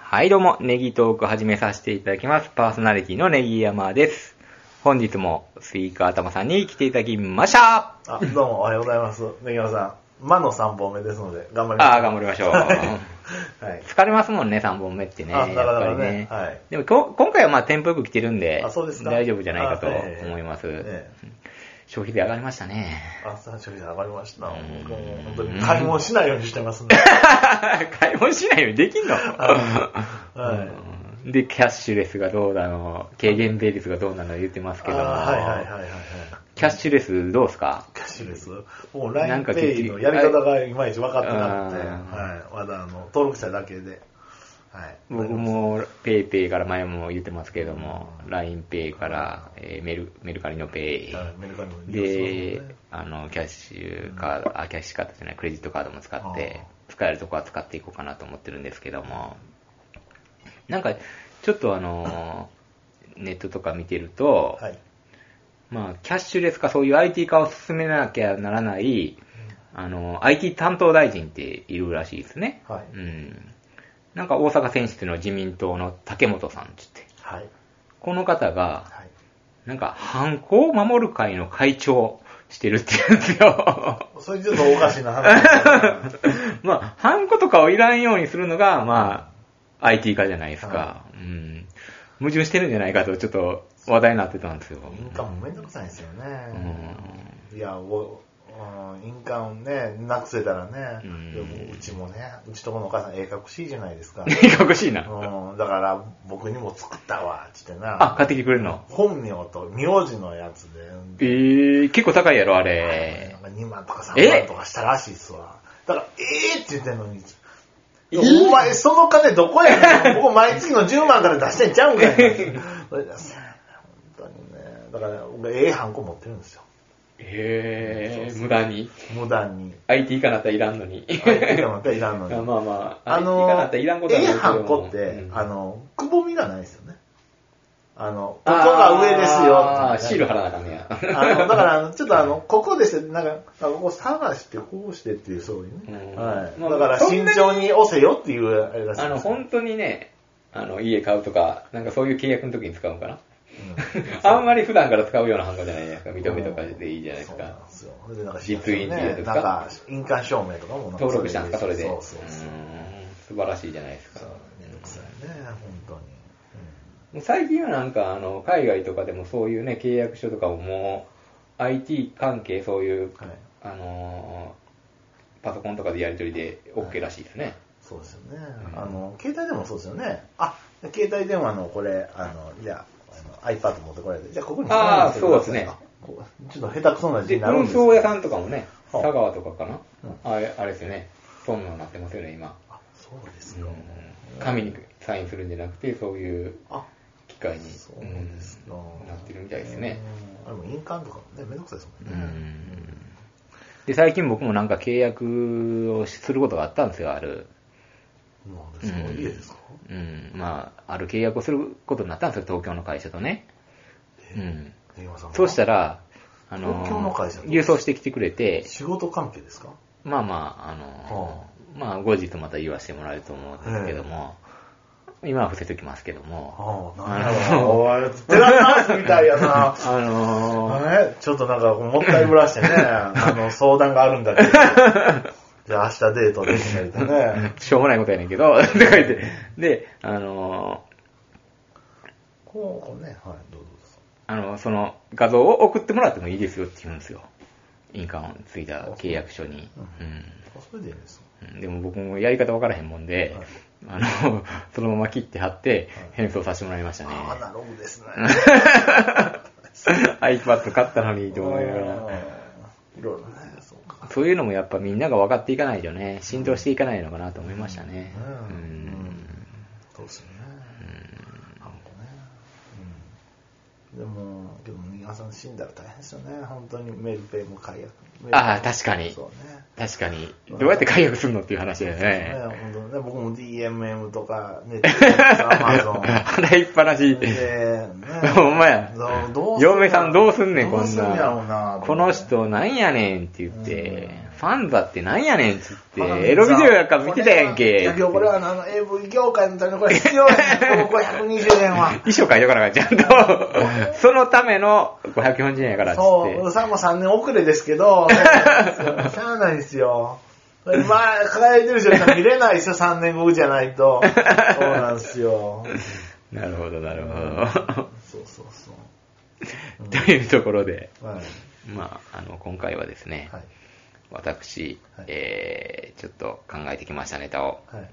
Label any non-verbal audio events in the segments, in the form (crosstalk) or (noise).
はい、どうも、ネギトーク始めさせていただきます。パーソナリティのネギ山です。本日もスイカ頭さんに来ていただきました。あ、どうも、おはようございます。ねぎまさん。魔の3本目ですので、頑張りましょう。ああ、頑張りまし (laughs) ょう。う。はい。疲れますもんね、3本目ってね。あなかなかねやっぱりね。はいでもこ今回はまあテンポよく来てるんであ、そうですか大丈夫じゃないかとあええ思います。え消費税上がりましたね。 (laughs) 朝消費税上がりました。ん僕もう本当に買い物しないようにして (laughs) ますね。買い物しないようにできんの、はうんで、キャッシュレスがどうだの、軽減税率がどうなの言ってますけども、あはいはいはいはいはい。キャッシュレスどうですかキャッシュレス。もうなんか結 LINEPay 局のやり方がいまいち分かってなくて、あはい。まだあの、登録者だけで。はい。僕も PayPay から前も言ってますけども、LINEPay から、えーメルメルカリのはい Pay、メルカリも利用してでますね、あの、キャッシュカード、あ、キャッシュカードじゃない、クレジットカードも使ってあ、使えるとこは使っていこうかなと思ってるんですけども、なんか、ちょっとあの、ネットとか見てると、はい。まあ、キャッシュレスかそういう IT 化を進めなきゃならない、あの、IT 担当大臣っているらしいですね。はいうん。なんか大阪選出の自民党の竹本さんって言って、はい。この方が、はい。なんか、犯行を守る会の会長してるって言うんですよ。 (laughs) それちょっとおかしな話ですね。まあ、ハンコとかをいらんようにするのが、まあ、IT 化じゃないですか。はうん。矛盾してるんじゃないかと、ちょっと話題になってたんですよ。印鑑もめんどくさいんですようね。ん。いや、おうん印鑑をね、なくせたらね、うんでもうちもね、うちとこのお母さん、ええ格しいじゃないですか。 (laughs) かっこしいな。うん、だから、僕にも作ったわ、つってあ、な。買ってきてくれるの本名と名字のやつえで、ー、結構高いやろ、あなれん。か2万とか3え万とかしたらしいっすわ。だから、ええって言ってんのに、えお前、その金どこやねん。 (laughs) 僕、毎月の10万から出してんちゃうんかい (laughs) な。それでさ本当にね、だから、僕ええハンコ持ってるんですよ。へえー、無駄に。無駄に。 IT かなったらいらんのに。あいかなっていらんのに。まあまあ、あ IT かなのっ、たらいらんことはえないけどハンコもって、うんあの、くぼみがないですよね。あの、ここあーが上ですよ。あーシール貼らなあかんねやあの、だからあの、ちょっとあの、ここですなんか、ここ探して、こうしてっていう、そういううんね。はい。まあだから、そん慎なに重に押せよっていう、あれらしいあの、ですよ本当にね、あの、家買うとか、なんかそういう契約の時に使うのかな。うんあんまり普段から使うようなハンコじゃないですか。認めとかでいいじゃないですそうなんか。ですよ。それでなんか実印っていうやつですかなんか、印鑑証明とかもなんか登録したんですか、それで。そうそうそう。うん素晴らしいじゃないですかそう。めんどくさいね、本当に。もう最近はなんかあの海外とかでもそういうね契約書とかももう IT 関係そういう、うんはい。あのーパソコンとかでやり取りで OK らしいですね、そうですよね。うんあの、携帯でもそうですよね。あ、携帯電話のこれ、あの、じゃあ、あの iPad 持ってこられて、じゃあここにあー挿入してそうですねくださいこうちょっと下手くそな字でになるん運ですけど送屋さんとかもねはあ佐川とかかな、うんあれあれですよねそんなのなってますよね今、あ、そうですうんよ。紙にサインするんじゃなくてそういうあ、機械にそううですかんなってるみたいですね、うん。あれも印鑑とかもね、めんどくさいですもんね。で最近僕もなんか契約をすることがあったんですよあるなんですかうん家ですかうん、まあ、ある契約をすることになったんですよ、東京の会社とね。うん。根際さんがそうしたら、あの、東京の会社と郵送してきてくれて、仕事関係ですかまあまあ、あの、まあ、後日また言わせてもらえると思うんですけども、今は伏せときますけども、ああ、なんや (laughs) ろ。お (laughs) い、テラダンスみたいやな。あの、えちょっとなんかもったいぶらしてね、あの、相談があるんだけど。じゃあ明日デートですね、みたいなね。しょうもないことやねんけど、 (laughs) とか言って、で、あの、こう、こうね、はい、どうぞあの、その画像を送ってもらってもいいですよって言うんですよ。印鑑をついた契約書に。うんどうぞ。あそれでいいんですうんでも僕もやり方わからへんもんで、あの、そのまま切って貼ってはい、変装させてもらいましたね。アナログですね。 (laughs) iPad 買ったのにと思いながら。うんいろいろね、そうか。そういうのもやっぱみんなが分かっていかないとね、浸透していかないのかなと思いましたね。うんううんん。そうですよね。あんこね。うん。でも、でも、新川さん死んだら大変ですよね。本当にメールペイも解約。ああ、確かに。そうね。確かに。どうやって解約するのっていう話だよねね。本当ね、僕も DMM とか、 (laughs) ネットアマゾン。払いっぱなし。で、ほんまやどうどうすんね嫁さんどうすんねん、こどうんすんねやろうなな。この人なんやねんって言ってうん、ファンザってなんやねんっつって、まあエロビデオやから見てたやんけ。これはこれはあの AV 業界のためのこれ必要や (laughs) ねん。ここ120円は。衣装変えとかなあかんちゃんと、 (laughs) そのための540円やからっつっそう、て。さんも3年遅れです (laughs) けど、しゃあないですよ。まあ、輝いてる人しか見れないですよ、3年後じゃないと。そうなんです (laughs) よ。なるほど、なるほそうそうそう。ど。というところで、はい。まあ、あの、今回はですね、はい。私、はいえー、ちょっと考えてきましたネタを。はい。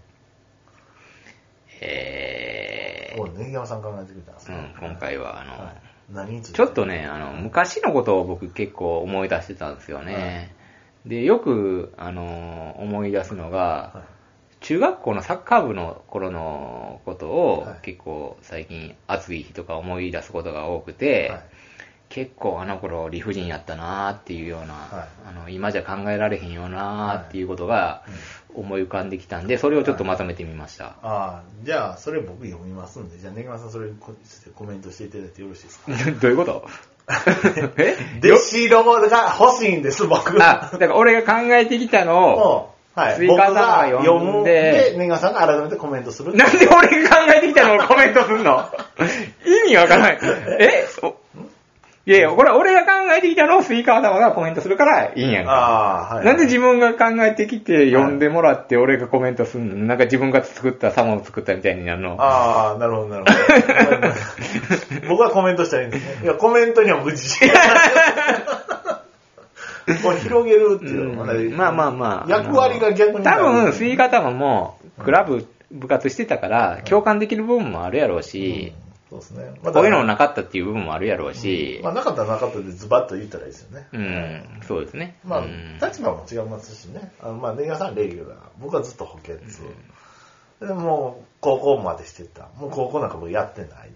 えおい、ネギ山さん考えてくれたんですー、うか、ん、今回はあの、はい、何についてちょっとね、あの、昔のことを僕結構思い出してたんですよね。で、よく、あの、思い出すのはが、中学校のサッカー部の頃のことをはい結構最近暑い日とか思い出すことが多くい。て、はい。結構あの頃理不尽やったなーっていうような、はいあの今じゃ考えられへんよなーっていうことが思い浮かんできたんで、それをちょっとまとめてみました。ああ、じゃあ、それ僕読みますんで、じゃあ、ネギ山さんそれについてコメントしていただいてよろし (laughs) いですかどういうこと (laughs) え弟子ロボが欲しいんです、僕。あ、だから俺が考えてきたのを、もう、はい。追加さん僕がが読読んむでで、ネギさんが改めてコメントする。なんで俺が考えてきたのをコメントすんの意味わからない。えおいやいや、これは俺が考えてきたのをスイカ頭がコメントするからいいんやんか。ああ、はい。なんで自分が考えてきて読んでもらって俺がコメントするのなんか自分が作った、サモン作ったみたいになるの。ああ、なるほど、なるほど。 (laughs) 僕はコメントしたらいいんですね。いや、コメントには (laughs) 無事。こう広げるっていうのはうんまあまあまあ。役割が逆にな多る分、スイカ頭も、クラブ、部活してたから、共感できる部分もあるやろうし、そうですね。こういうのななかったっていう部分もあるやろうしま、あ、なかったらなかったでズバッと言ったらいいですよね。うん、そうですね。まうあん、立場も違いますしね。あのまあ、ネギさんはレギュラー。僕はずっと補欠。でもう、高校までしてた。もう高校なんか僕やって (laughs) ない。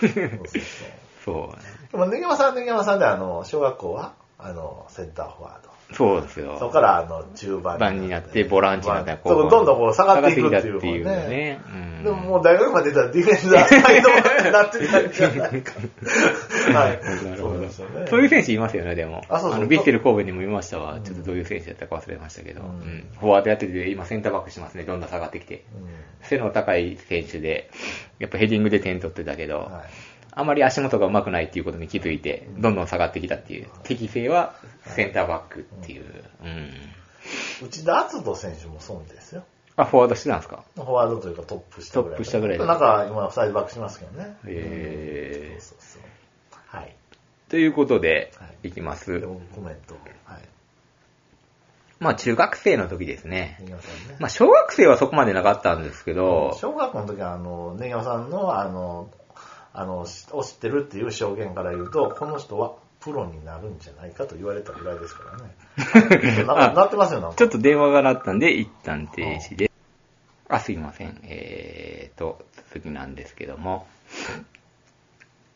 そうそうそそうでも、ネギ山さんはネギ山さんで、あの、小学校は、あの、センターフォワード。う。そうですそこよ。から、あの、中盤番になって、ボランチになったらこう。どんどんこう下がっていくってい下がっていくう,、ね。っていうね。うんでももう大学まで出たらディフェンダー、 (laughs) サイドバックになってたんじゃないか。はい。なるほそうど。ですよね。そういう選手いますよね、でも。あそうそうの、ビッセル神戸にもいましたわ。ちょっとどういう選手だったか忘れましたけど。ううんん。フォワードやってて、今センターバックしてますね、どんどん下がってきて。うん背の高い選手で、やっぱヘディングで点取ってたけど、はいあまり足元が上手くないっていうことに気づいて、どんどん下がってきたっていう。適性はセンターバックっていう。うん。内田篤人選手もそうですよ。あ、フォワードしてたんですかフォワードというかトップしたぐらい。トップ下ぐらいなんか今サイドバックしますけどね。えそうそうそう。はい。ー、ということでは、いいきま。です僕コメント。はい。まあ中学生の時ですね。ネギ山さんね。まあ小学生はそこまでなかったんですけど、小学校の時は、あの、ネギ山さんの、あの、あの、しを知ってるっていう証言から言うと、この人はプロになるんじゃないかと言われたぐらいですか (laughs) らね。ななってますよ、なんかちょっと電話が鳴ったんで、一旦停止で。あ、すいません。えーと、次なんですけども。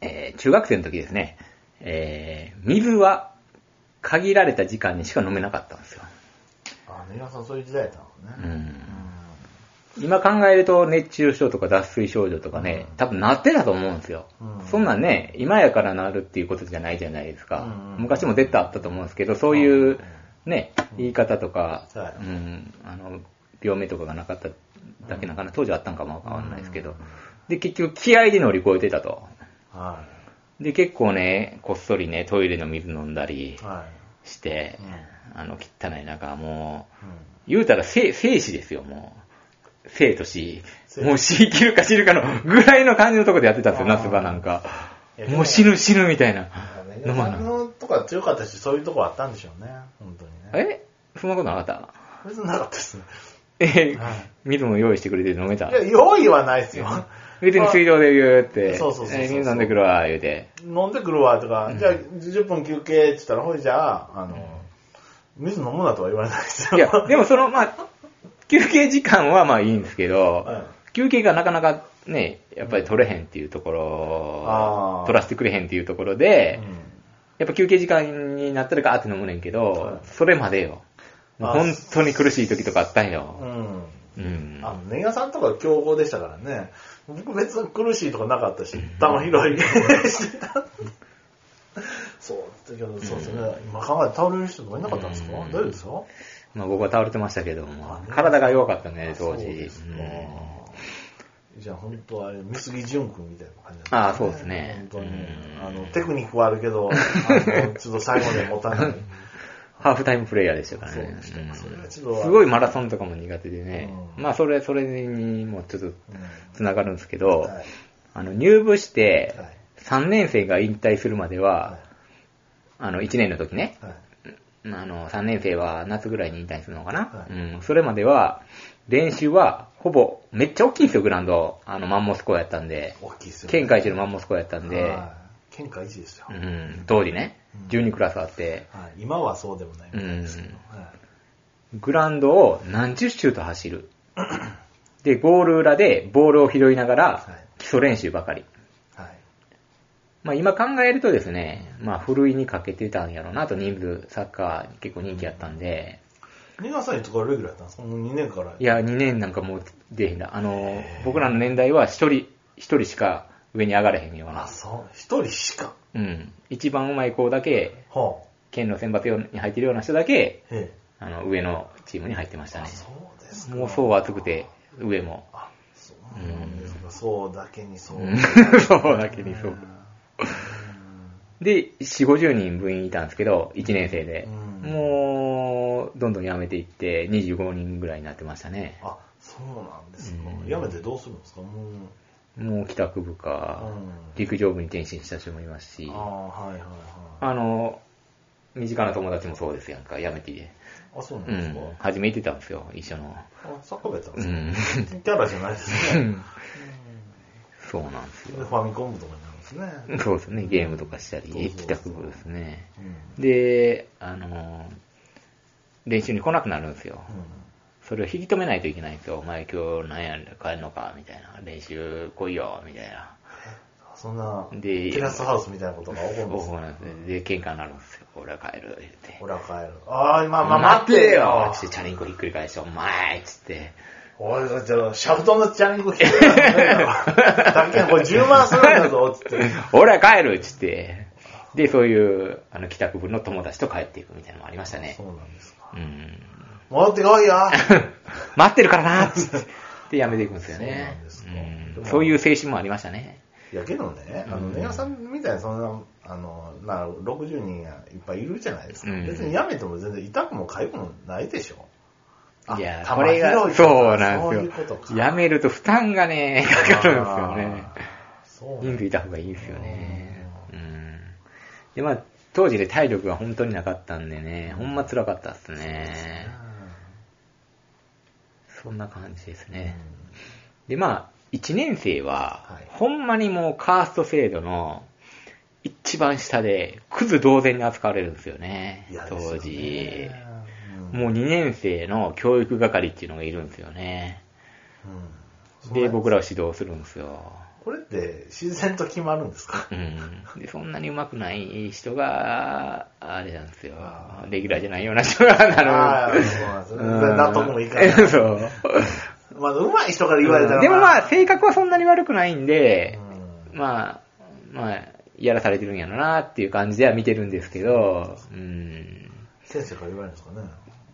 えー中学生の時ですね。えー水は限られた時間にしか飲めなかったんですよ。あ、ネギ山さんそういう時代だったうのね。ん今考えると熱中症とか脱水症状とかね、多分なってたと思うんですよ。うんそんなんね、今やからなるっていうことじゃないじゃないですか。うん昔も絶対あったと思うんですけど、そういうね、言い方とか、はういん、あの、病名とかがなかっただけなのかな、当時はあったんかもわかんないですけど。で、結局気合で乗り越えてたと。うん。はで、結構ね、こっそりね、トイレの水飲んだりい。はい。してうん、あの、汚い中、もう、うん言うたら生、生死ですよ、もう。生と死。生もう死生きるか死ぬかのぐらいの感じのとこでやってたんですよ、あー夏場なんかいや。でももう死ぬ死ぬみたいな。ネギ飲ま山なさんのとか強かったし、そういうとこあったんでしょうね。本当にね。えそんなことなかった別になかったですね。えはい水も用意してくれて飲めたいや、用意はないですよ。別に水道で言うって。そうそうそうそうえ水飲んでくるわ、言う (laughs) て。飲んでくるわとか、じゃあ10分休憩って言ったら、ほいじゃあ、あの、水飲むなとは言われないですいよ。や、でもその、まあ、休憩時間はまあいいんですけど、はい休憩がなかなかね、やっぱり取れへんっていうところあ、ー取らせてくれへんっていうところで、 (laughs) うんやっぱ休憩時間になったらガーって飲むねんけど、はいそれまでよ。もうあ本当に苦しい時とかあったんよ。うん。うん。あの、ネガさんとか強豪でしたからね。僕別に苦しいとかなかったし、玉広いして (laughs) た。そう、だけど、そうですね。今考えたら倒れる人とかいなかったんですかうん大丈夫ですかまあ僕は倒れてましたけどもあ、ね体が弱かったね、そ当う時。ですかうんじゃあ本当あれ、美杉淳君みたいな感じああそうですね本当にうん。あの、テクニックはあるけ (laughs) ど、あのちょっと最後で持たない。ハーフタイムプレイヤーでしたからね。そうでしたそれはちょっとすごいマラソンとかも苦手でね。うんまあ、それ、それにもちょっとうんつながるんですけど、はいあの、入部してはい、 3年生が引退するまでは、はあの、1年の時ね、いはいあの、3年生は夏ぐらいに引退するのかな。はいうん。それまでは、練習は、ほぼ、めっちゃ大きいんですよ、グラウンド。あの、マンモス校やったんで。大きいですよね。県外一のマンモス校やったんで、はい県下一ですよう。ん、当時ね、12クラスあって、はい今はそうでもないみたいですけど。はいグラウンドを何十周と走 (clears throat) る。で、ゴール裏でボールを拾いながはらい基礎練習ばかり。はいまあ今考えるとですね、まあふるいにかけてたんやろうなと人数、サッカー結構人気やったんで、新川さんいつからレギュラーやったんですかもう2年から。いや2年なんかもう出へんだ。あのへ、ー僕らの年代は一人、一人しか上に上がれへんようあ、な。そう。一人しか。うん。一番上手い子だけ、は県の選抜用に入ってるような人だけ、あ。へえ。あの上のチームに入ってましたあね。そうですか。もうそう熱くて、上も。あ、そうなんですか。そうだけに (laughs) そう。うんそうだけにそう。で、4、50人部員いたんですけど、1年生で。うんもう、どんどん辞めていって、25人ぐらいになってましたね。あ、そうなんですかうん。やめてどうするんですかもう。もう帰宅部か、うん陸上部に転身した人もいますしあ、あ、はいはいはい。あの、身近な友達もそうですやんか、辞めて。あ、そうなんうですか。ん。初め行ってたんですよ、一緒の。あ、サッカー部やったんうですかん。 (laughs) キャラじゃないですね。そうなんですでファミコン部とかになるんですね。よ。そうですね、ゲームとかしたそうそうり、そう帰宅部ですね。うん。で、あの、練習に来なくなるんですよ。それを引き止めないといけないんですよ。お前今日何や帰るのかみたいな。練習来いよみたいな。そんな、でテラスハウスみたいなことが起こるんですそうなんですね。で、喧嘩になるんですよ。俺は帰る。言って。俺は帰る。ああ、今、まあ、待ってよつってチャリンコひっくり返して、お前っつって。おい、ちょ、シャフトのチャリンコ引いてだけこれ10万するんだぞ、つって。俺は帰るっつって。で、そういう、あの、帰宅部の友達と帰っていくみたいなのもありましたねそ。うなんですか。うん。 (laughs) 戻ってこいよ待ってるからなっつって。で、やめていくんですよね。そうなんですかうんそういう青春もありましたね。いやけどね、あの、ネガさんみたいにそんな、あの、な、60人がいっぱいいるじゃないですか。うん別にやめても全然痛くも痒くもないでしょ。あいや、球これ広が、いとかそうなんそういでうことすかよ。やめると負担がね、かかるんですよね。あーそうなん人です数いた方がいいですよね。うん。で、まあ、当時で体力が本当になかったんでね、ほんま辛かったっすね。そんな感じですねね。で、まあ、1年生ははい、ほんまにもうカースト制度の一番下で、クズ同然に扱われるんですよねいや、ですよ当ね時。うんもう2年生の教育係っていうのがいるんですよね。うんで、僕らを指導するんですよ。これって自然と決まるんですか (laughs) うん。で、そんなに上手くない人が、あれなんですよあ。レギュラーじゃないような人がなあるーそうなんですねうん納得もいかないそう。まあ、上手い人から言われたら。でもまあ、性格はそんなに悪くないんで、うんまあ、まあ、やらされてるんやろなっていう感じでは見てるんですけど、うん。先生から言われるんですかね。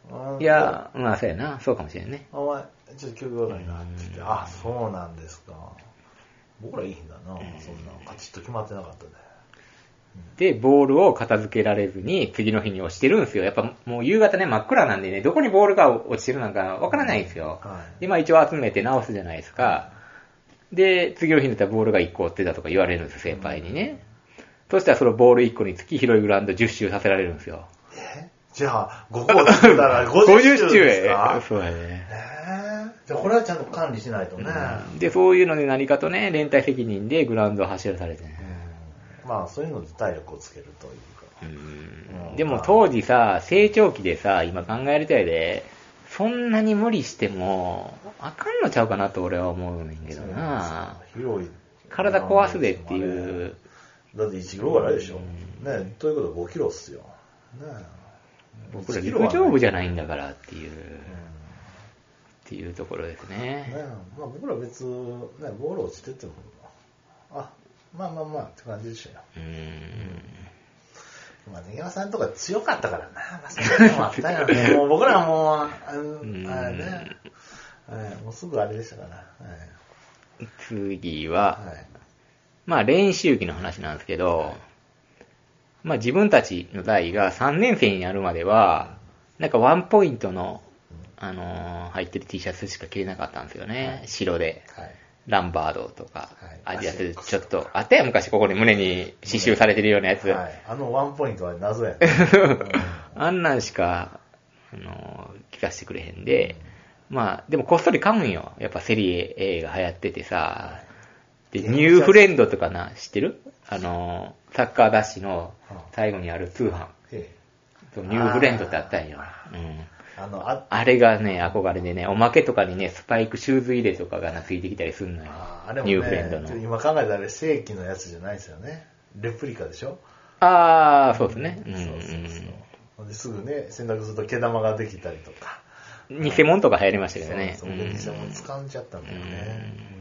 あーい、や、まあ、そうやな。そうかもしれんね。お前、ちょっと休業がいいなって言って、あ、そうなんですか。僕らいいんだな、そんな、カチッと決まってなかったね。で、ボールを片付けられずに、次の日に落ちてるんですよ。やっぱもう夕方ね、真っ暗なんでね、どこにボールが落ちてるのかわからないんですよ。はいで、まあ一応集めて直すじゃないですか。で、次の日になったらボールが1個落ちてたとか言われるんですよ、先輩にね。そしたらそのボール1個につき広いグラウンド10周させられるんですよ。えじゃあ、5個だっ (laughs) たら50周ですかへ。そうやね。えーじゃあ、これはちゃんと管理しないとね。で、そういうので何かとね、連帯責任でグラウンドを走らされてね。まあ、そういうので体力をつけるというか。うんうんでも当時さ、成長期でさ、今考えるとやで、そんなに無理しても、あかんのちゃうかなと俺は思うねんけどな。広い。体壊すでっていう。だって1キロぐらいでしょ。ねということは5キロっすよ。ね僕ら1キロ陸は上部ねじゃないんだからっていう、っていうところですねね。まあ僕ら別、ね、ボール落ちてても、あ、まあまあまあって感じでしょ。うーん。まあ、根際さんとか強かったからな。まあ、そんなのもあったよ (laughs) ね。もう僕らはもう、あんのあれね、はいもうすぐあれでしたから。はい次は、はいまあ練習期の話なんですけど、まあ自分たちの代が3年生になるまでは、なんかワンポイントの、あのー入ってる T シャツしか着れなかったんですよね。はい白で。はいランバードとか、はいアジアスアシックスちょっと、あったやん昔ここに胸に刺繍されてるようなやつ。はい、あのワンポイントは謎 (laughs) やね。うんあんなんしか、あのー聞かせてくれへんで、まあ、でもこっそり買うんよ。やっぱセリエ A が流行っててさ、で、ニューフレンドとかな、知ってるあのーサッカー雑誌の最後にある通販。えそうニューフレンドってあったんよ。うん。えあの、ああれがね、憧れでね、おまけとかにね、スパイクシューズ入れとかがなついてきたりすんのよあ。あれもニューフレンドの。ね、今考えたらあれ正規のやつじゃないですよね。レプリカでしょああ、そうですね。うんそうそうそう。ですぐね、洗濯すると毛玉ができたりとか。うん。偽物とか流行りましたけそどうね。そうで偽物掴んじゃったんだよね。うん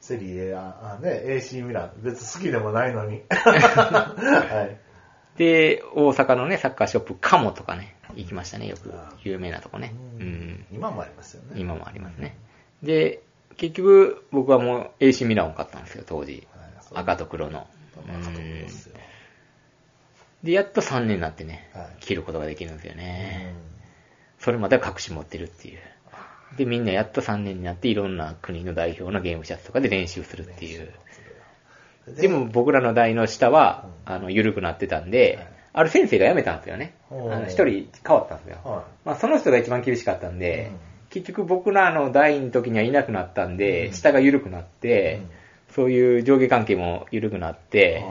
セリエ、あ、あね、AC ミラン。別に好きでもないの (laughs) に。はい。で、大阪のね、サッカーショップ、カモとかね、行きましたね、よくあー。有名なとこね。ううんん。今もありますよね。今もありますね。で、結局、僕はもう AC ミラーを買ったんですよ、当時。はいそう赤と黒の。まあ赤と黒ですよ。で、やっと3年になってねはい、着ることができるんですようね。んそれまでは隠し持ってるっていう。で、みんなやっと3年になって、いろんな国の代表のゲームシャツとかで練習するっていう。でも僕らの代の下は、あの、緩くなってたんで、はいある先生が辞めたんですよね。あおーの、一人変わったんですよ。はまあ、その人が一番厳しかったんで、うん結局僕らの代の時にはいなくなったんで、うん下が緩くなって、うんそういう上下関係も緩くなっい。て、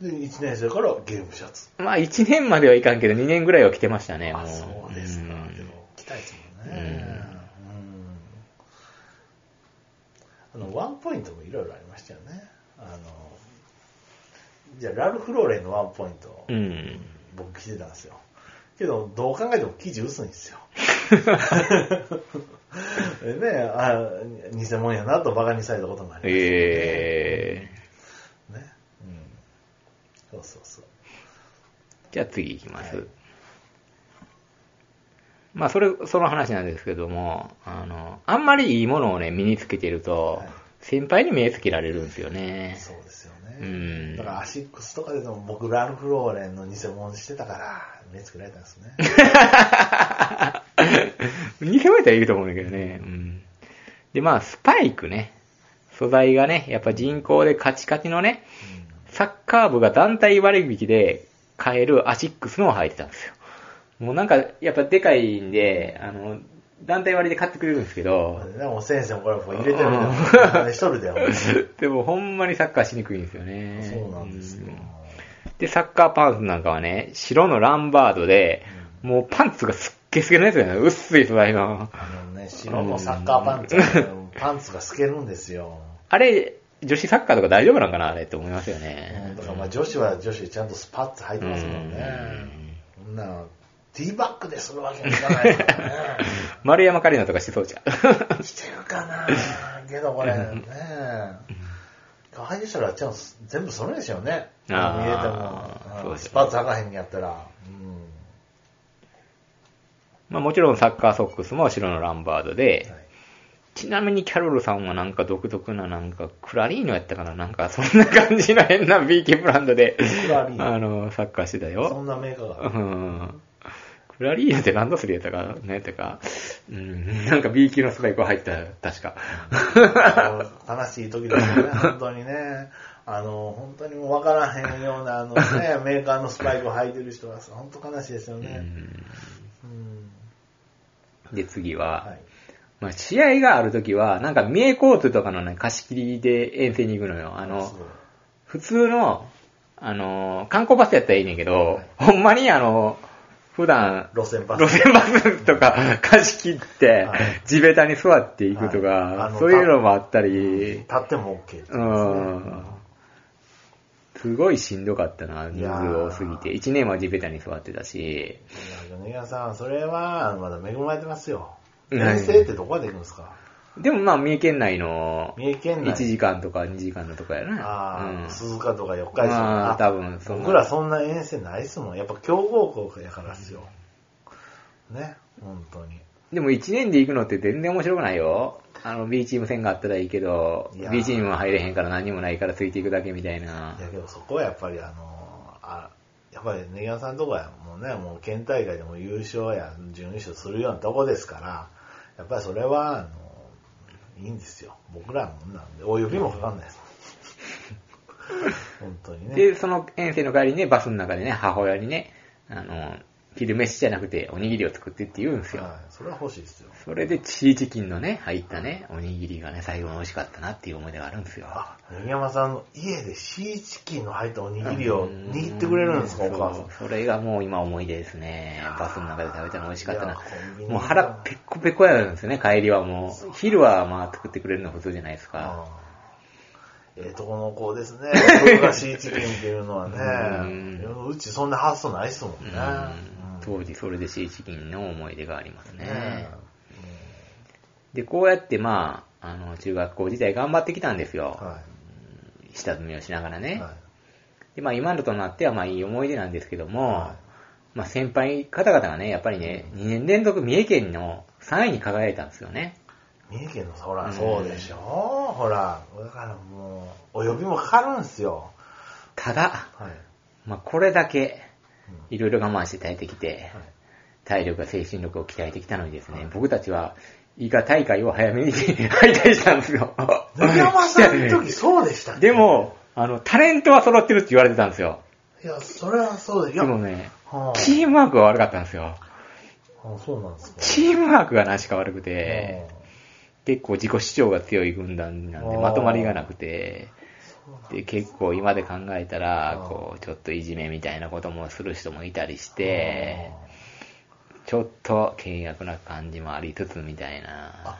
うんで、1年生からゲームシャツ。まあ、1年まではいかんけど、2年ぐらいは来てましたね、もあ、そうですか。うんでも、着たいですもんね。うんあの、ワンポイントもいろいろありましたよね。あの、じゃあ、ラルフローレンのワンポイント、うん。僕着てたんですよ。けど、どう考えても生地薄いんで (laughs) すよ。でね、あ偽物やなとバカにされたこともありましたよね。えね。うん。そうそうそう。ー、じゃあ次行きます。はいまあ、それ、その話なんですけども、あの、あんまりいいものをね、身につけてると、はい先輩に目つけられるんですよね。そうですようね。んだ。からアシックスとかでも僕ラルフローレンの偽物してたから目つけられたんです (laughs) ね。 (laughs) 似てもらたらいいと思うんだけどね。うん。で、まあ、スパイクね。素材がね、やっぱ人工でカチカチのね、サッカー部が団体割引で買えるアシックスのを履いてたんですよ。もうなんか、やっぱでかいんで、あの、団体割で買ってくれるんですけうんど、でもう先生もこれもう入れてるみたいな。一人だ (laughs) よ。 (laughs) でもほんまにサッカーしにくいんですよね。そうなんですよう。で、サッカーパンツなんかはね、白のランバードで、もうパンツがすっげすげのやつだよね。薄い素材の。あのね、白のサッカーパンツはね、パンツが透けるんですよ。あれ、女子サッカーとか大丈夫なんかなあれって思いますようんねだ。からまあ女子は女子でちゃんとスパッツ履いてますもんね。そんな、ティーバッグでするわけにいかないからね。丸山カリナとかしそうじゃん。 (laughs) してるかなけどこれね俳優者らちゃんと全部それですよね見えてもあーそううんですよスねパッツ履かへんやったらうんまあもちろんサッカーソックスも白のランバードで、はいちなみにキャロルさんはなんか独特ななんかクラリーノやったかななんかそんな感じの変な B 級ブランドで、クラリーノあの、サッカーしてたそよ。んなメーカーうが (laughs) ん。クラリーノってランドスリーやったか何やったかうん、なんか B 級のスパイクが入った、確か。あの悲しい時ですよね本当にねあの本当にもう分からへんようなあ (laughs) の、ね、メーカーのスパイクを履いてる人は本当悲しいですようねんうんで、次は、はいまあ、試合があるときは、なんか、三重交通とかのね、貸し切りで遠征に行くのよ。あのす、ごい普通の、あのー、観光バスやったらいいねんけど、ほんまにあの、普段、路線バス路線バスとか (laughs) 貸し切ってはい、地べたに座っていくとはいあか、のそういうのもあったり、立っても OK ってうやつねん。すごいしんどかったな、人数多すぎて。1年は地べたに座ってたし、いや米川さん、それはまだ恵まれてますよ。うん遠征ってどこまで行くんですか、でもまあ、三重県内の、三重県1内。時間とか2時間のとかやな。ああ、うん鈴鹿とか四日市とまあ、か。多分、そん僕らな。そんな遠征ないっすもん。やっぱ強豪校やからっすよ。ね、本当に。でも1年で行くのって全然面白くないよ。あの、B チーム戦があったらいいけど、いや B チームは入れへんから何もないからついていくだけみたいな。だけどそこはやっぱりあの、あやっぱり根際さんとかやもうね、もう県大会でも優勝や準優勝するようなとこですから、やっぱりそれは、あの、いいんですよ。僕らもんなんで、お呼びもかかん (laughs) ないです。本当にね。で、その遠征の帰りにね、バスの中でね、母親にね、あの、昼飯じゃなくておにぎりを作ってって言うんですよ。はい、それは欲しいですよ。それでチリチキンのね、入ったね、おにぎりがね、最後に美味しかったなっていう思い出があるんですよ。あ、根際さんの家でシーチキンの入ったおにぎりを握ってくれるんですか、うお母さん。そうそれがもう今思い出ですね。バスの中で食べたの美味しかったいやなコンビ。ニだもう腹ペッコペコやるんですよね、帰りはもう。昼はまあ作ってくれるの普通じゃないですか。うんええとこの子ですね。僕がシーチキンっていうのはね、ううちそんな発想ないっすもんね。うんうん当時それでシーチキンの思い出がありますね。ねで、こうやってまあ、あの、中学校時代頑張ってきたんですよ。は下積みをしながらい。ね。はで、まあ今のとなってはまあいい思い出なんですけども、はまあ先輩方々がね、やっぱりね、2年連続三重県の3位に輝いたんですよね。い。三重県のほら、そうでしょほら。だからもう、お呼びもかかるんすよ。ただ、はい。まあこれだけうんいろいろ我慢して耐えてきて、はい体力や精神力を鍛えてきたのにですね、僕たちは伊賀大会を早めに (laughs) 敗退したんですよ。根山さんの時そうでしたっけ (laughs) で、も、あの、タレントは揃ってるって言われてたんですよ。いや、それはそうで、いでや、もね、はチームワークが悪かったんですよ。あ、あそうなんですか。チームワークがなしか悪くて、結構自己主張が強い軍団なんで、あーまとまりがなくて、うんそうなんで、結構今で考えたらあ、ーこう、ちょっといじめみたいなこともする人もいたりして、ちょっと険悪な感じもありつつみたいあな。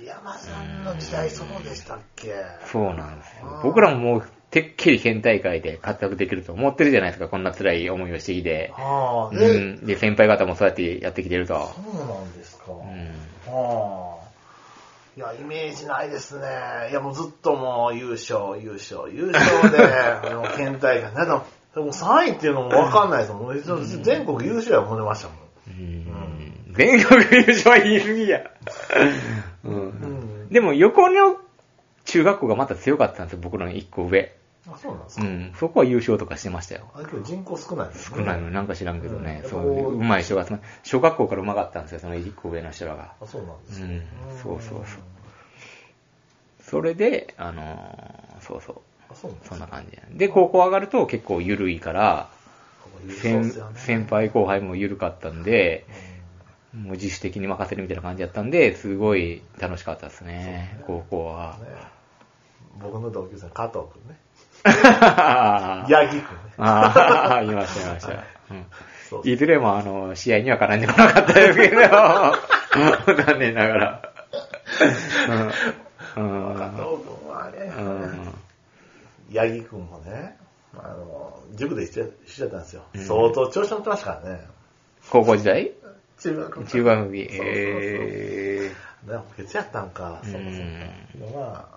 根山さんの時代そうでしたっけそうなんですよあ。ー僕らももう、てっきり県大会で活躍できると思ってるじゃないですか、こんな辛い思いをしてきて。あうあ、で、ん。で、先輩方もそうやってやってきてると。そうなんですか。うん。ああ。いや、イメージないですね。いや、もうずっともう優勝、優勝、優勝 (laughs) で、もう県大会。なんか、でも3位っていうのもわかんないですもん。もう全国優勝や思ってましたもん。うん。全国優勝は言い過ぎ (laughs) や。う。うんん。でも、横の中学校がまた強かったんですよ、僕らの1個上。あ、そうなんですうか。ん。そこは優勝とかしてましたよ。あれ今日人口少ないです少ないのなんか知らんけどね、うんそういう、うまい人が集ま小学校からうまかったんですよ、その1個上の人らが。あ、そうなんうですか。ん、そうそうそう。それで、あのーそうそう、あ、そうなんですそんか。な感じ。で、高校上がると結構緩いから、優勝っ先すよね。先輩後輩も緩かったんで、もう自主的に任せるみたいな感じだったんで、すごい楽しかったですね、高校は (laughs) うん。ね僕の同級生の加藤くんね。あ八木くんね。あー、 (laughs) いました、いました。うんそういずれもあの、試合には絡んでこなかったですけど、 (laughs) 残念ながら。うん。うん加藤くんはね。うん。八木くんもね、あの、塾で一緒一緒だったんですよ。うん相当調子乗ってましたからね。高校時代中学中学の時。そうそうそうえね、補欠やったんか、うんそもそも。ま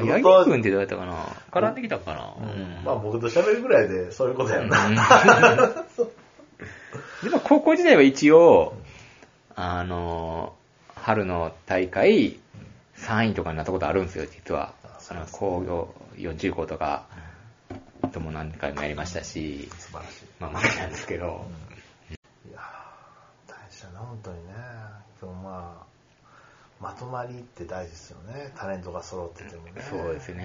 ー。あ、僕八と、木君ってどうやったかな絡んできたかなううんんまあ僕と喋るぐらいでそういうことやな。 (laughs) でも高校時代は一応、あの、春の大会、3位とかになったことあるんですよ、実は。あそあうなのんですね工業40校とか、とも何回もやりましたし、素晴らしい。まあ負けなんですけど、いやー大事だな、本当にね。でもまあ、まとまりって大事ですよね。タレントが揃っててもね。そうです本当ねに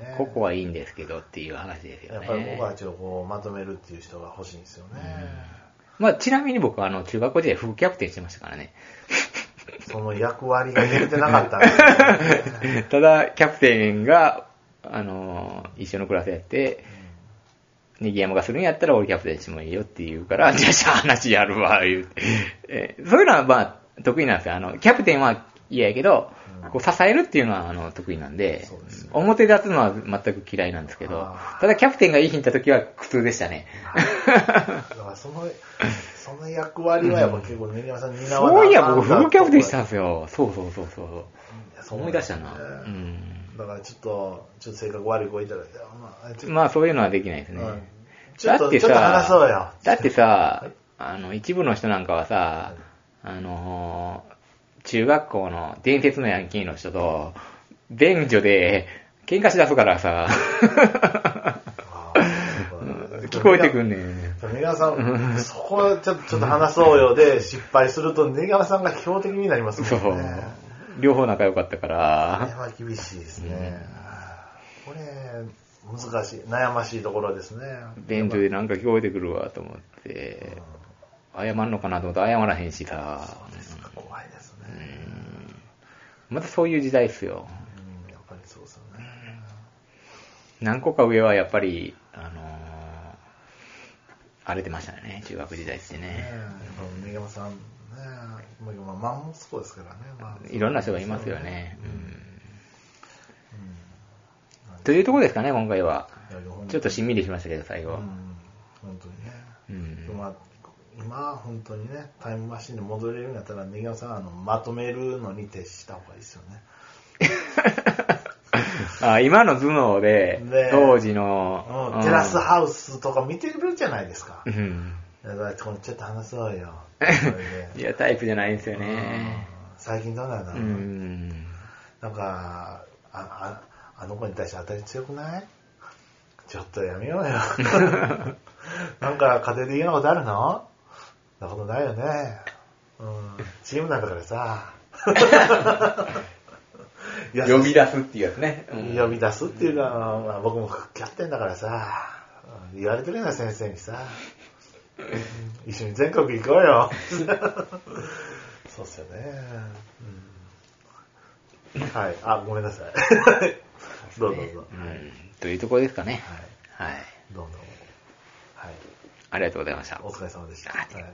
ね。ここはいいんですけどっていう話ですやよっぱりね僕。はちをこうまとめるっていう人が欲しいんですよね。まあちなみに僕はあの中学校時代副キャプテンしてましたからね。その役割が出れてなかった (laughs) んですよね。ただ、キャプテンが、あのー一緒のクラスやって、ネギ山がするんやったら俺キャプテンしてもいいよって言うから、 (laughs) じゃあしゃあなしやるわ、言うて。えーそういうのはまあ得意なんですよ。あの、キャプテンは嫌やけど、こう支えるっていうのはあの得意なんで、そうですね表立つのは全く嫌いなんですけどあ、ーただキャプテンがいい日にいた時は苦痛でしたね。だからその、その役割はやっぱ結構、ネギマさん担わなあかんなそういや、僕、フルキャプテンしたんですよ。そうそうそうそう。いやそう思い出したな。ううん。だからちょっと、ちょっと性格悪い子いたら、いやまあ、ちょっと、まあ、そういうのはできないですね。うんちょだっっと、てちさょっと話そうよ。だってさ、あの、一部の人なんかはさ、あのー中学校の伝説のヤンキーの人と、便所で喧嘩しだすから (laughs) さ、あーそうか (laughs) 聞こえてくんねん。ネガさん、そこはちょっとちょっと話そうよで失敗すると、ネガさんが強敵になりますそもんうね。。両方仲良かったかこれら、は厳しいですね。これ、難しい、悩ましいところですね。便所でなんか聞こえてくるわと思って、謝んのかなと思ったら謝らへんしさ、怖いですうね。んまたそういう時代っすよ。うん、やっぱりそうですよね。何個か上はやっぱり、あのー荒れてましたね、中学時代ってねえね。やっぱネガさん、ねえ、もう今、マンモス子ですからね。まあいろんな人がいますよね。うんうんというところですかね、今回は。いや本当にちょっとしんみりしましたけど、最うん後。本当にね。うん。まあ今、本当にね、タイムマシンに戻れるんやったら、ネギさんあのまとめるのに徹した方がいいですよね。 (laughs) あ今の頭脳でね、当時の、う、うんんテラスハウスとか見てるじゃないですかう。ん。だからこれちょっと話そうよ。(laughs) それでいや、タイプじゃないんですようんね。最近どうなんだうろう、ん。なんかああ、あの子に対して当たり強くないちょっとやめようよ。 (laughs) なんか家庭で嫌なことあるのそんなことないよね。うん、チームなんだからさ。 (laughs) いや呼び出すっていうやつね。うん呼び出すっていうか、まあ、僕もキャプテンだからさ、言われてるような先生にさ、一緒に全国行こうよ。そうっすよね、うんはい、あ、ごめんなさい。 (laughs) どうぞどうぞ。うんというところですかね。はい、はい。どうも。はい、ありがとうございましたお。疲れ様でした。はいはい